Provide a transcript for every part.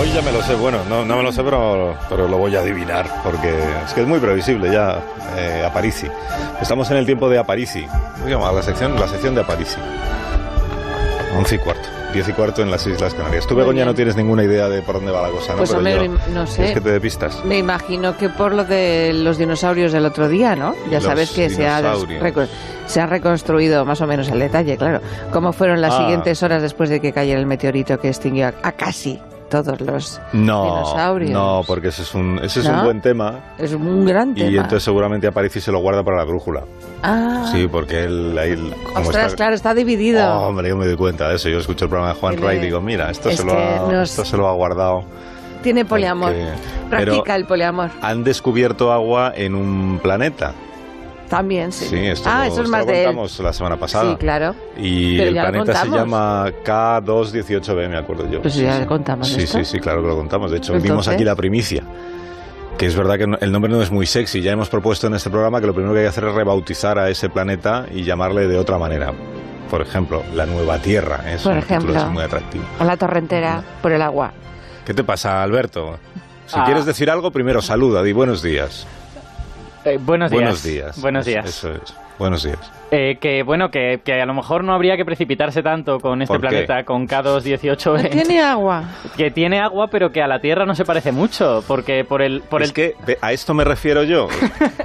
hoy ya me lo sé, bueno, no, no me lo sé, pero, pero lo voy a adivinar, porque es que es muy previsible ya eh, Aparici. Estamos en el tiempo de Aparici. ¿Cómo se llama? La sección, la sección de Aparici. Once y cuarto. Diez y cuarto en las Islas Canarias. Tú, Muy Begoña, bien. no tienes ninguna idea de por dónde va la cosa, ¿no? Pues Pero hombre, yo- no sé. Es que te dé pistas. Me imagino que por lo de los dinosaurios del otro día, ¿no? Ya Los sabes que se ha, des- dinosaurios. reco- se ha reconstruido más o menos el detalle, claro. ¿Cómo fueron las Ah. siguientes horas después de que cayera el meteorito que extinguió a, a casi todos los No, dinosaurios? no, porque ese es un, ese es un ¿No? buen tema. Es un gran tema. Y entonces seguramente Aparici se lo guarda para la brújula. ah, Sí, porque él... él como ostras, está- claro, está dividido. Oh, hombre, yo me doy cuenta de eso. Yo escucho el programa de Juan Él, Rey y eh, digo, mira, esto es se, lo que ha, nos- esto se lo ha guardado. Tiene poliamor. porque- Practica pero- el poliamor. Han descubierto agua en un planeta. También, sí. Sí, esto, lo, ah, eso es esto más lo de él. contamos la semana pasada. Sí, claro. Y Pero el ya lo planeta se contamos. llama K218b, me acuerdo yo. Pues ya lo contamos Sí, esto. Pues sí, sí, claro que lo contamos. De hecho, Entonces- dimos aquí la primicia. Que es verdad que no- el nombre no es muy sexy. Ya hemos propuesto en este programa que lo primero que hay que hacer es rebautizar a ese planeta y llamarle de otra manera. Por ejemplo, la Nueva Tierra. ¿eh? Es Por un título ejemplo. así muy atractivo. A la torrentera, por el agua. ¿Qué te pasa, Alberto? Si Ah. quieres decir algo, primero saluda, di buenos días. Eh, buenos días. Buenos días. Buenos Eso- días. Eso es. Buenos días. Eh, que bueno, que, que a lo mejor no habría que precipitarse tanto con este ¿Por qué? planeta, con K218, No eh, tiene agua. que tiene agua, pero que a la Tierra no se parece mucho, porque por el... Por es el que ve, a esto me refiero yo.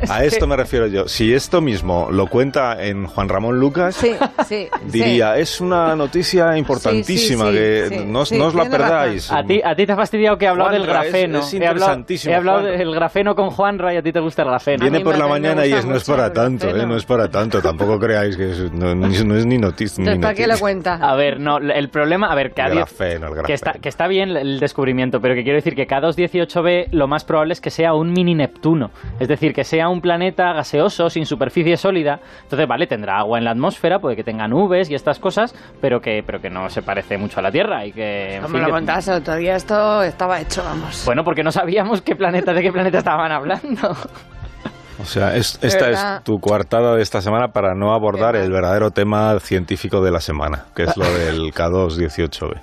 A esto me refiero yo. Si esto mismo lo cuenta en Juan Ramón Lucas, Sí, sí. diría, es una noticia importantísima Sí, sí, que sí, sí. no, os- Sí, no os la tiene razón. perdáis. A ti, a ti te ha fastidiado que he hablado del Juanra, es- grafeno. es he hablado, interesantísimo, he hablado Juanra. del grafeno con Juanra y a ti te gusta el grafeno. Viene mí por me- la me mañana y gusta es, no es mucho para el tanto, ¿eh? grafeno. no es para tanto. Tampoco creáis que es- no, ni- no es ni noticia. Entonces, ¿para qué lo cuenta? A ver, no, el problema... A ver, que a El die- grafeno, el grafeno. Que está, que está bien el descubrimiento, pero que quiero decir que K218b lo más probable es que sea un mini Neptuno. Es decir, que sea un planeta gaseoso, sin superficie sólida. Entonces, vale, tendrá agua en la atmósfera, puede que tenga nubes y estas cosas, pero que, pero que no se parece mucho a la Tierra. y que, en Como fin, Pues, lo que- contabas el otro día, esto estaba hecho, vamos. Bueno, porque no sabíamos qué planeta, de qué planeta estaban hablando. O sea, es- esta ¿Verdad? es tu coartada de esta semana para no abordar ¿Verdad? el verdadero tema científico de la semana, que es lo del K218B.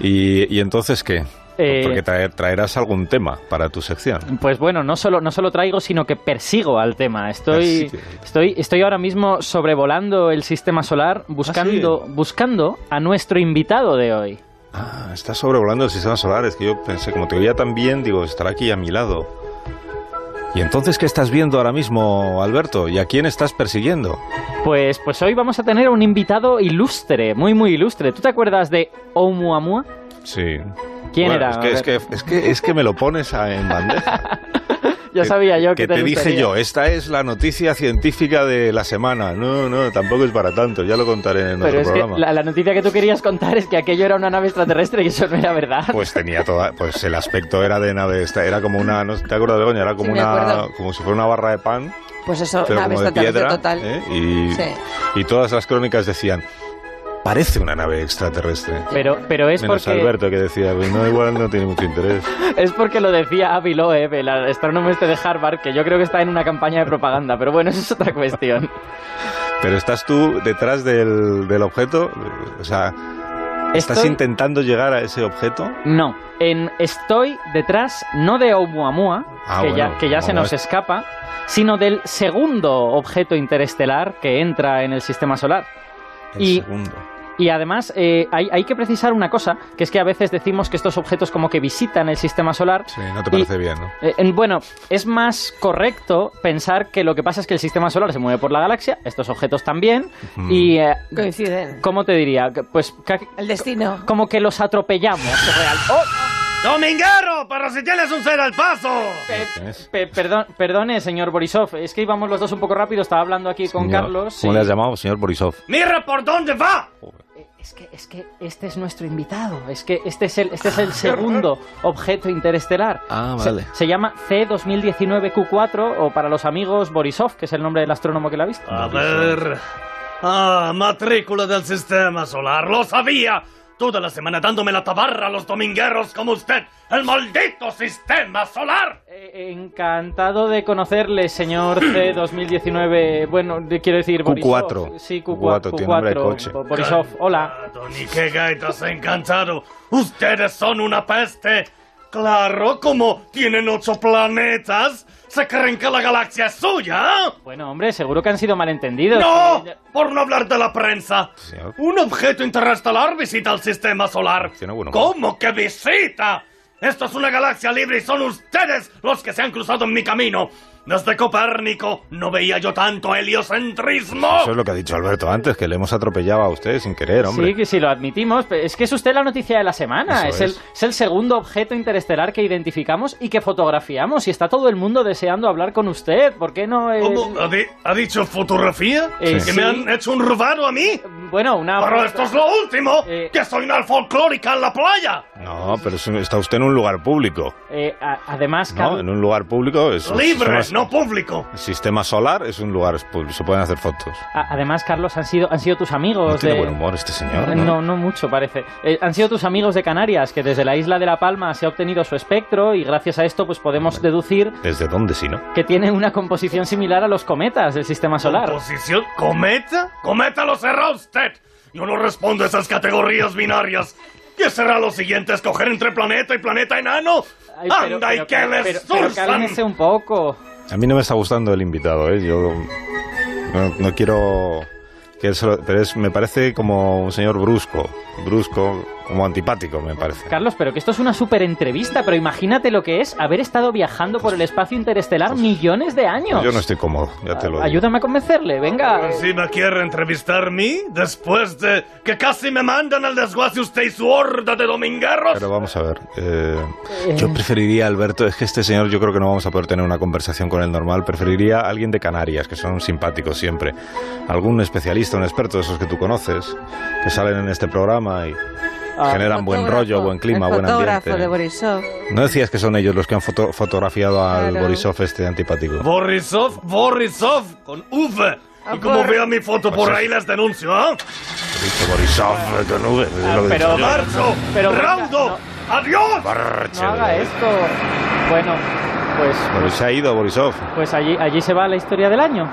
¿Y, y entonces qué? Eh, Pues Porque trae- traerás algún tema para tu sección. Pues bueno, no solo, no solo traigo, sino que persigo al tema. Estoy, Persigue. estoy, estoy ahora mismo sobrevolando el sistema solar buscando, buscando a nuestro invitado de hoy. Ah, está sobrevolando el sistema solar. Es que yo pensé, como te oía tan bien, digo, estará aquí a mi lado. ¿Y entonces qué estás viendo ahora mismo, Alberto? ¿Y a quién estás persiguiendo? Pues, pues hoy vamos a tener un invitado ilustre, muy, muy ilustre. ¿Tú te acuerdas de Oumuamua? Sí. ¿Quién Bueno, era? Es que, es, que, es, que, es que me lo pones a- en bandeja. ya Que- sabía yo que, que te, dije gustaría. yo, esta es la noticia científica de la semana. No, no, tampoco es para tanto, ya lo contaré en Pero otro es programa. que la, la noticia que tú querías contar es que aquello era una nave extraterrestre y eso no era verdad. Pues tenía toda, pues el aspecto era de nave, esta- era como una, no, ¿te acuerdas de Begoña? Era como Sí, me una, acuerdo. como si fuera una barra de pan, pues eso, pero nave como de extraterrestre piedra, total. ¿eh? y, Sí. y todas las crónicas decían, parece una nave extraterrestre. Pero, pero es Menos porque Alberto que decía, "Pues no, igual no tiene mucho interés. es porque lo decía Avi Loeb, el astrónomo este de Harvard, que yo creo que está en una campaña de propaganda, pero bueno, eso es otra cuestión. Pero estás tú detrás del, del objeto, eh, o sea, ¿estás Estoy- intentando llegar a ese objeto? No, en estoy detrás no de Oumuamua, Ah, que, bueno, ya, que ya se Oumuamua nos es- escapa, sino del segundo objeto interestelar que entra en el sistema solar. El Y- segundo. Y además eh, hay, hay que precisar una cosa, que es que a veces decimos que estos objetos como que visitan el sistema solar. Sí, no te y- parece bien, ¿no? Eh, en- bueno, es más correcto pensar que lo que pasa es que el sistema solar se mueve por la galaxia, estos objetos también, Mm. y... eh, Coinciden. ¿Cómo te diría? Que- Pues ca- El destino. como que los atropellamos. real- ¡Oh! ¡Dominguero! ¡Pero si tienes un cero al paso! Pe- ¿Qué es? pe- perdón, perdone, señor Borisov, es que íbamos los dos un poco rápido, estaba hablando aquí con Señor- Carlos. ¿Cómo y- le has llamado, señor Borisov? ¡Mira por dónde va! Eh, Es que, es que este es nuestro invitado, es que este es el, este es el segundo objeto interestelar. Ah, Se- Se, llama C2019Q4, o para los amigos Borisov, que es el nombre del astrónomo que la ha visto. A ver. Ah, matrícula del sistema solar, lo sabía. Toda la semana dándome la tabarra a los domingueros como usted, el maldito sistema solar. Eh, encantado de conocerle, señor C2019, bueno, de- quiero decir Borisov. Q4. Sí, Q4, Q4, tiene nombre de Q4, coche. Bo- Borisov, hola. Ah, Tony, qué gaitas encantado. Ustedes son una peste. Claro, como tienen ocho planetas, ¿se creen que la galaxia es suya? eh? Bueno, hombre, seguro que han sido malentendidos. ¡No! Por no hablar de la prensa. Señor. Un objeto interestelar visita el sistema solar. Tiene alguno más. ¿Cómo que visita? Esto es una galaxia libre y son ustedes los que se han cruzado en mi camino. Desde Copérnico no veía yo tanto heliocentrismo. Eso es lo que ha dicho Alberto antes, que le hemos atropellado a usted sin querer, hombre. Sí, que si lo admitimos, pe- es que es usted la noticia de la semana. Es Eso el, es. es el segundo objeto interestelar que identificamos y que fotografiamos. Y está todo el mundo deseando hablar con usted. ¿Por qué no? eh, ¿Cómo? ¿Ha, di- ha dicho fotografía? Eh, ¿Que sí. me han hecho un rubaro a mí? Bueno, una. Pero esto es lo último, Eh. que soy una folclórica en la playa. No, pero es un- está usted en un lugar público. Eh, a- además, ¿no? Carlos- En un lugar público es un Libre, sistema- no público. El sistema solar es un lugar público, se pueden hacer fotos. a- además, Carlos, han sido, han sido tus amigos No tiene de. Eh, buen humor este señor. ¿no? No, no mucho, parece. Eh, han sido tus amigos de Canarias, que desde la isla de La Palma se ha obtenido su espectro y gracias a esto pues podemos deducir ¿Desde dónde si no? que tiene una composición similar a los cometas del sistema solar. ¿Composición? ¿Cometa? ¡Cometa lo será usted! Yo no respondo a esas categorías binarias. ¿Qué será lo siguiente? ¿Escoger entre planeta y planeta enano? Ay, pero- ¡Anda pero- y que les pero- pero sursan! cálmese un poco. A mí no me está gustando el invitado, ¿eh? Yo no, no quiero... Que él se lo- pero es, me parece como un señor brusco, brusco, como antipático, me parece. Carlos, pero que esto es una súper entrevista, pero imagínate lo que es haber estado viajando por el espacio interestelar millones de años. Pues, Yo no estoy cómodo, ya te lo digo. Ayúdame a convencerle, venga. Encima quiere entrevistar a mí después de que casi me mandan al desguace usted y su horda de domingueros. Pero vamos a ver. eh, yo preferiría, Alberto, es que este señor yo creo que no vamos a poder tener una conversación con él normal. Preferiría a alguien de Canarias, que son simpáticos siempre. Algún especialista, un experto de esos que tú conoces, que salen en este programa y Ah, generan buen Fotógrafo, rollo, buen clima, el buen fotógrafo ambiente. de Borisov. No decías que son ellos los que han foto- fotografiado al Claro. Borisov este antipático. Borisov, Borisov, con V. Ah, Y como por- veo mi foto Pues por ahí, les denuncio, ¿eh? Dicho Borisov, con V, es lo que he pero- dicho yo. ¡Marzo! Pero- ¡Raudo! ¡Adiós! Barche no haga de- esto. Bueno, pues, Bueno, se ha ido Borisov. pues allí, allí se va la historia del año.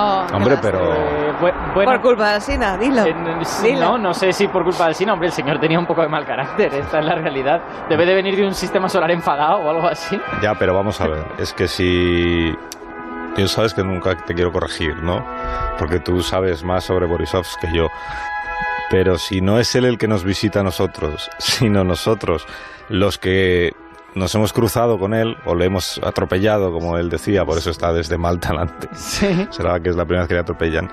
Oh, qué Hombre, lástima. pero... Eh, bu- bueno, Por culpa de Sina, dilo. Eh, n- sí, Dilo. No, no sé si por culpa del cine, hombre, el señor tenía un poco de mal carácter, esta es la realidad. Debe de venir de un sistema solar enfadado o algo así. Ya, pero vamos a ver. Es que si. Tú sabes que nunca te quiero corregir, ¿no? Porque tú sabes más sobre Borisov que yo. Pero si no es él el que nos visita a nosotros, sino nosotros los que nos hemos cruzado con él o le hemos atropellado, como él decía, por eso está desde Malta adelante. Sí. Será que es la primera vez que le atropellan.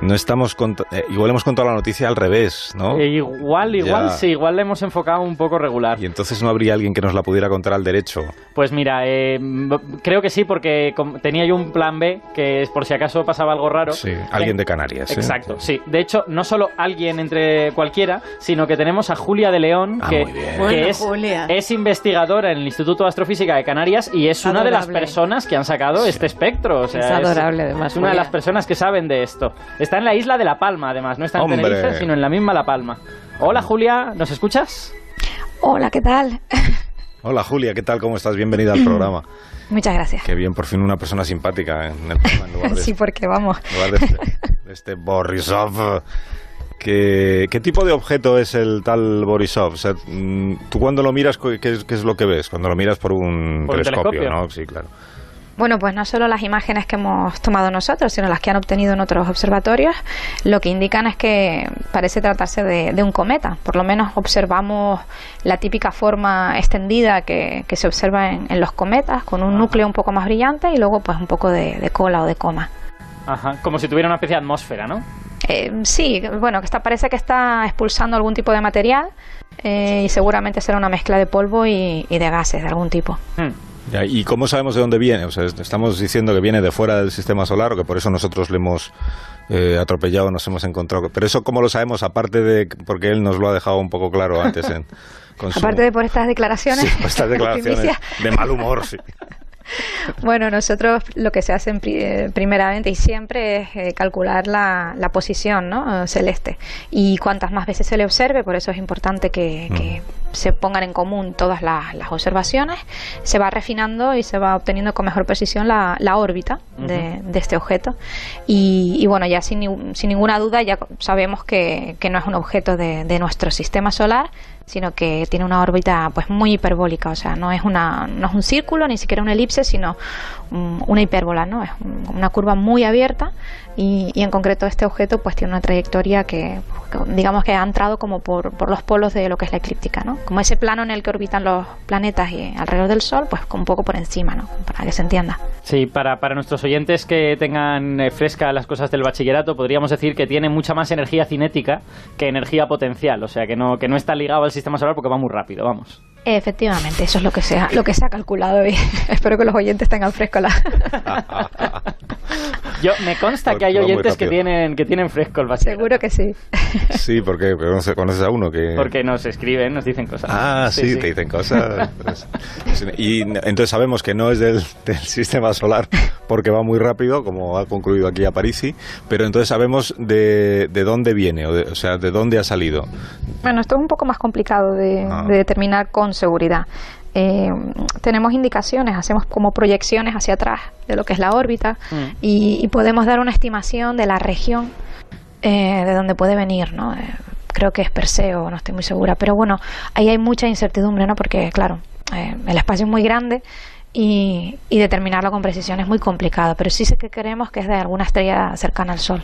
No estamos. cont- eh, igual hemos contado la noticia al revés, ¿no? E igual, igual, Ya. sí, igual le hemos enfocado un poco regular. Y entonces no habría alguien que nos la pudiera contar al derecho. Pues mira, eh, m- creo que sí, porque com- tenía yo un plan B, que es por si acaso pasaba algo raro. Sí, alguien de Canarias. ¿eh? Exacto, sí. De hecho, no solo alguien entre cualquiera, sino que tenemos a Julia de León, Ah, que, muy bien. que Bueno, es, Julia. es investigadora en el Instituto de Astrofísica de Canarias y es una de las Adorable. personas que han sacado este espectro. O sea, Es adorable, además, Es una de Julia. las personas que saben de esto. Está en la isla de La Palma, además. No está en Hombre. Tenerife, sino en la misma La Palma. Hola, Julia. ¿Nos escuchas? Hola, ¿qué tal? Hola Julia, ¿qué tal? ¿Cómo estás? Bienvenida al programa. Muchas gracias. Qué bien, por fin una persona simpática en el programa en lugar de, Sí, porque vamos. en lugar de este, de este Borisov. ¿Qué, qué tipo de objeto es el tal Borisov? O sea, mm, ¿Tú cuando lo miras, cu- qué es, qué es lo que ves? Cuando lo miras por un Por un telescopio, telescopio. ¿no? Sí, claro. Bueno, pues no solo las imágenes que hemos tomado nosotros, sino las que han obtenido en otros observatorios, lo que indican es que parece tratarse de, de un cometa. Por lo menos observamos la típica forma extendida que, que se observa en, en los cometas, con un núcleo un poco más brillante y luego pues un poco de, de cola o de coma. Ajá. Como si tuviera una especie de atmósfera, ¿no? Eh, sí, bueno, que está, parece que está expulsando algún tipo de material eh, y seguramente será una mezcla de polvo y- y de gases de algún tipo. Hmm. Ya, ¿Y cómo sabemos de dónde viene? O sea, est- estamos diciendo que viene de fuera del sistema solar, o que por eso nosotros le hemos eh, atropellado, nos hemos encontrado. Pero eso, ¿cómo lo sabemos? Aparte de. Porque él nos lo ha dejado un poco claro antes en. con su- Aparte de por estas declaraciones, Sí, estas declaraciones primicia, de mal humor, sí. bueno, nosotros lo que se hace en pri- eh, primeramente y siempre es eh, calcular la, la posición ¿no? Eh, celeste y cuantas más veces se le observe, por eso es importante que, que se pongan en común todas las, las observaciones, se va refinando y se va obteniendo con mejor precisión la, la órbita de, de este objeto y, y bueno, ya sin, ni- sin ninguna duda ya sabemos que, que no es un objeto de, de nuestro sistema solar, sino que tiene una órbita pues muy hiperbólica, o sea, no es una no es un círculo ni siquiera una elipse, sino um, una hipérbola, ¿no? Es un- una curva muy abierta y, y en concreto este objeto pues tiene una trayectoria que pues, que digamos que ha entrado como por, por los polos de lo que es la eclíptica, ¿no? Como ese plano en el que orbitan los planetas y alrededor del Sol, pues un poco por encima, ¿no? Para que se entienda. Sí, para, para nuestros oyentes que tengan eh, fresca las cosas del bachillerato, podríamos decir que tiene mucha más energía cinética que energía potencial, o sea, que no, que no está ligado al sistema solar porque va muy rápido, vamos. Efectivamente, eso es lo que se ha, lo que se ha calculado hoy. Espero que los oyentes tengan fresco la... Yo, me consta que Porque hay va muy oyentes que rápido. tienen, que tienen fresco el bachillerato. Seguro que sí. Sí, porque conoces, conoces a uno que... Porque nos escriben, nos dicen cosas. Ah, sí, te dicen cosas. Pues, y n- entonces sabemos que no es del, del sistema solar porque va muy rápido, como ha concluido aquí a Parisi, pero entonces sabemos de, de dónde viene, o, de- o sea, de dónde ha salido. Bueno, esto es un poco más complicado de, Ah. de determinar con seguridad. Eh, tenemos indicaciones, hacemos como proyecciones hacia atrás de lo que es la órbita Mm. y, y podemos dar una estimación de la región eh, de donde puede venir, ¿no? Eh, creo que es Perseo, no estoy muy segura, pero bueno, ahí hay mucha incertidumbre, ¿no? Porque, claro, eh, el espacio es muy grande y, y determinarlo con precisión es muy complicado, pero sí sé que creemos que es de alguna estrella cercana al Sol.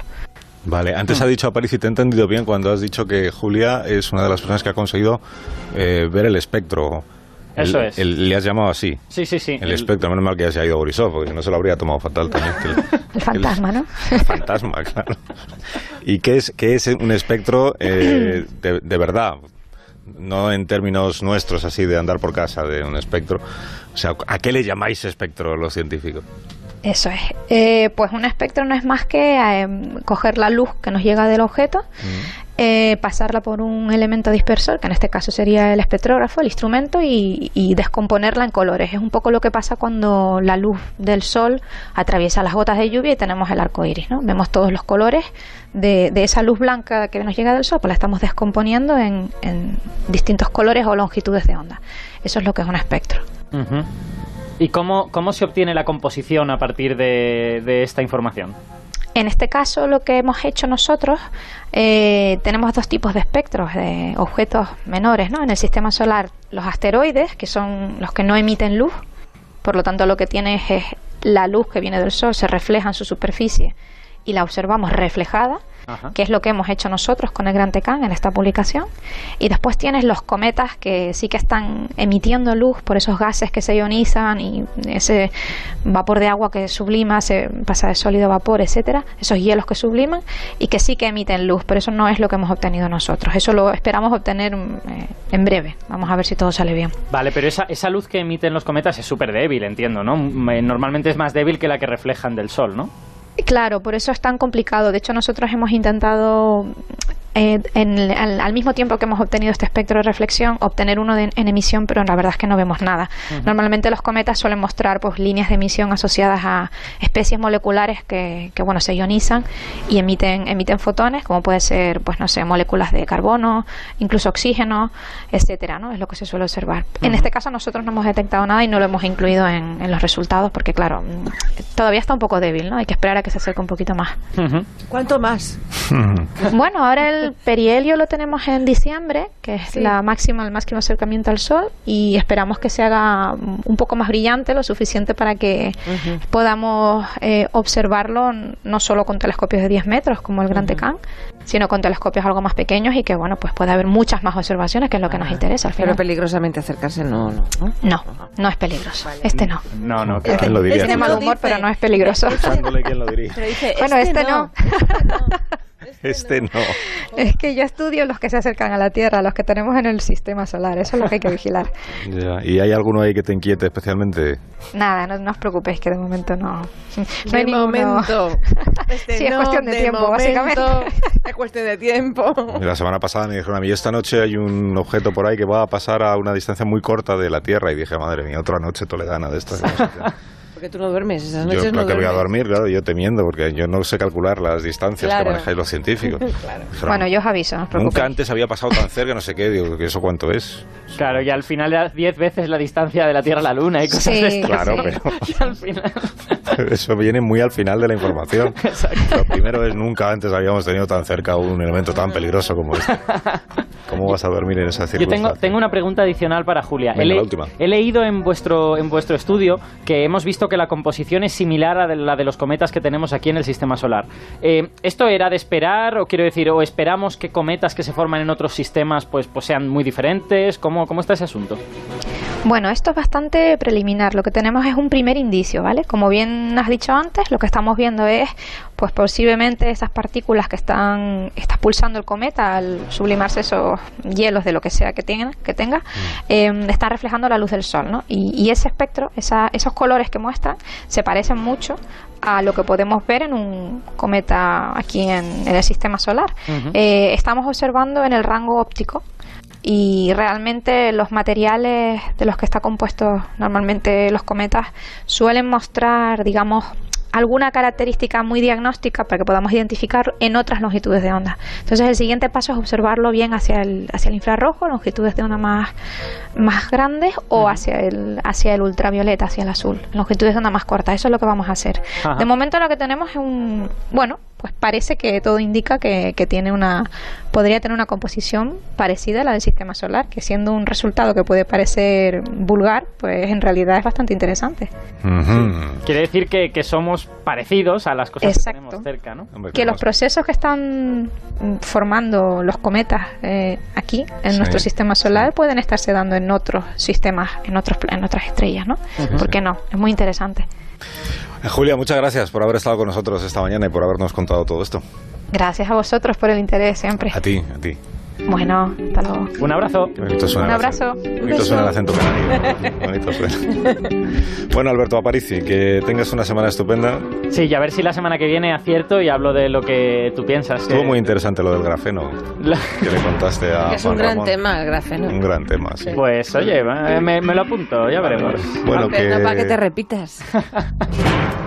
Vale, antes Ah. ha dicho a Parisi, te he entendido bien cuando has dicho que Julia es una de las personas que ha conseguido eh, ver el espectro. Eso El- es. el- le has llamado así. Sí, sí, sí. El espectro, menos mal que ya se ha ido Borisov, porque si no se lo habría tomado fatal también. que El fantasma, ¿no? El fantasma, claro. ¿Y qué es, qué es un espectro eh, de, de verdad? No en términos nuestros, así de andar por casa, de un espectro. O sea, ¿a qué le llamáis espectro los científicos? Eso es. Eh, pues un espectro no es más que eh, coger la luz que nos llega del objeto, eh, pasarla por un elemento dispersor, que en este caso sería el espectrógrafo, el instrumento, y, y descomponerla en colores. Es un poco lo que pasa cuando la luz del sol atraviesa las gotas de lluvia y tenemos el arco iris. ¿no? Vemos todos los colores de, de esa luz blanca que nos llega del sol, pues la estamos descomponiendo en, en distintos colores o longitudes de onda. Eso es lo que es un espectro. Ujú. ¿Y cómo, cómo se obtiene la composición a partir de, de esta información? En este caso, lo que hemos hecho nosotros, eh, tenemos dos tipos de espectros de objetos menores, ¿no? En el sistema solar, los asteroides, que son los que no emiten luz, por lo tanto, lo que tienes es la luz que viene del Sol, se refleja en su superficie y la observamos reflejada, Ajá. que es lo que hemos hecho nosotros con el Gran Tecán en esta publicación. Y después tienes los cometas que sí que están emitiendo luz por esos gases que se ionizan y ese vapor de agua que sublima, se pasa de sólido a vapor, etcétera, esos hielos que subliman y que sí que emiten luz, pero eso no es lo que hemos obtenido nosotros. Eso lo esperamos obtener mm, eh, en breve. Vamos a ver si todo sale bien. Vale, pero esa, esa luz que emiten los cometas es súper débil, entiendo, ¿no? M- eh, Normalmente es más débil que la que reflejan del Sol, ¿no? Claro, por eso es tan complicado. De hecho, nosotros hemos intentado, eh, en el- al, al mismo tiempo que hemos obtenido este espectro de reflexión, obtener uno de- en emisión, pero la verdad es que no vemos nada. Normalmente los cometas suelen mostrar pues, líneas de emisión asociadas a especies moleculares que, que, bueno, se ionizan y emiten, emiten fotones, como puede ser, pues no sé, moléculas de carbono, incluso oxígeno, etcétera, ¿no? Es lo que se suele observar. En este caso nosotros no hemos detectado nada y no lo hemos incluido en, en los resultados porque, claro, mm, todavía está un poco débil, ¿no? Hay que esperar a que se acerque un poquito más. Ujú. ¿Cuánto más? Bueno, ahora el perihelio lo tenemos en diciembre, que es Sí. la máxima, el máximo acercamiento al Sol, y esperamos que se haga mm, un poco más brillante, lo suficiente para que podamos eh, observarlo n- no solo con telescopios de 10 metros, como el Gran Tecán, sino con telescopios algo más pequeños y que, bueno, pues pueda haber muchas más observaciones, que es lo que nos interesa al final. Pero peligrosamente acercarse no, no. ¿no? no, no es peligroso. Este no. No, no, ¿Quién lo diría? Este Tiene mal humor, pero no es peligroso. Pensándole, ¿quién lo diría? Pero dice, Bueno, este no. Este no. Es que yo estudio los que se acercan a la Tierra, los que tenemos en el sistema solar. Eso es lo que hay que vigilar. Ya, ¿Y hay alguno ahí que te inquiete especialmente? Nada, no, no os preocupéis que de momento no. No De hay ninguno. momento. Este Sí, es no, cuestión de tiempo, básicamente. Es cuestión de tiempo. La semana pasada me dijeron a mí, esta noche hay un objeto por ahí que va a pasar a una distancia muy corta de la Tierra. Y dije, madre mía, otra noche toledana de estas. Porque tú no duermes esas Yo noches. creo no que voy a duermes. dormir, claro, yo temiendo, porque yo no sé calcular las distancias que Claro. manejáis los científicos. Dijeron, Bueno, yo os aviso, no os preocupéis. Nunca antes había pasado tan cerca, no sé qué, digo, que ¿eso cuánto es? Claro, y al final era 10 veces la distancia de la Tierra a la Luna y cosas Sí. de estas. Claro, sí. pero Y al final... eso viene muy al final de la información. Lo primero es, nunca antes habíamos tenido tan cerca un elemento tan peligroso como este. ¿Cómo vas a dormir en esa Yo tengo, circunstancia? tengo una pregunta adicional para Julia. Venga, he, le- la última. he leído en vuestro, en vuestro estudio que hemos visto que la composición es similar a de- la de los cometas que tenemos aquí en el sistema solar. Eh, ¿Esto era de esperar o quiero decir, o esperamos que cometas que se forman en otros sistemas pues, pues sean muy diferentes? ¿Cómo, ¿Cómo está ese asunto? Bueno, esto es bastante preliminar. Lo que tenemos es un primer indicio, ¿vale? Como bien has dicho antes, lo que estamos viendo es, pues posiblemente esas partículas que están está pulsando el cometa al sublimarse esos hielos de lo que sea que tenga, que tenga eh, está reflejando la luz del sol, ¿no? Y, y ese espectro, esa- esos colores que muestran, se parecen mucho a lo que podemos ver en un cometa aquí en, en el sistema solar. Ujú. Eh, estamos observando en el rango óptico y realmente los materiales de los que está compuestos normalmente los cometas suelen mostrar, digamos, alguna característica muy diagnóstica para que podamos identificar en otras longitudes de onda. Entonces el siguiente paso es observarlo bien hacia el, hacia el infrarrojo, longitudes de onda más, más grandes o hacia el, hacia el ultravioleta, hacia el azul, longitudes de onda más cortas. Eso es lo que vamos a hacer. Ajá. De momento lo que tenemos es un... Bueno, pues parece que todo indica que, que tiene una... Podría tener una composición parecida a la del sistema solar, que siendo un resultado que puede parecer vulgar, pues en realidad es bastante interesante. Ujú. Quiere decir que, que somos parecidos a las cosas Exacto. que tenemos cerca, ¿no? Hombre, Que los tenemos- procesos que están mm, formando los cometas eh, aquí, en Sí. nuestro sistema solar, pueden estarse dando en otros sistemas, en, otros, pla- en otras estrellas, ¿no? ¿Por qué no? Es muy interesante. Eh, Julia, muchas gracias por haber estado con nosotros esta mañana y por habernos contado todo esto. Gracias a vosotros por el interés siempre. A ti, a ti. Bueno, hasta luego. Un abrazo. Qué bonito suena Un el abrazo. acento. Qué Bonito suena el acento canario. Qué Bonito suena. Bueno, Alberto Aparici, que tengas una semana estupenda. Sí, y a ver si la semana que viene acierto y hablo de lo que tú piensas. Estuvo que- muy interesante lo del grafeno La- que le contaste a Que es un Juan gran Ramón. tema el grafeno. Un gran tema, sí. Pues oye, eh, me, me lo apunto, ya veremos. Bueno, Pero que, no para que te repitas.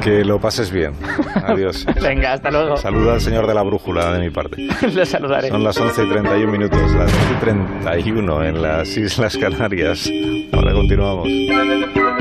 que lo pases bien. Adiós. Venga, hasta luego. Saluda al señor de la brújula de mi parte. Le saludaré. Son las 11 y 31 minutos, las 12 y 31 en las Islas Canarias. Ahora continuamos.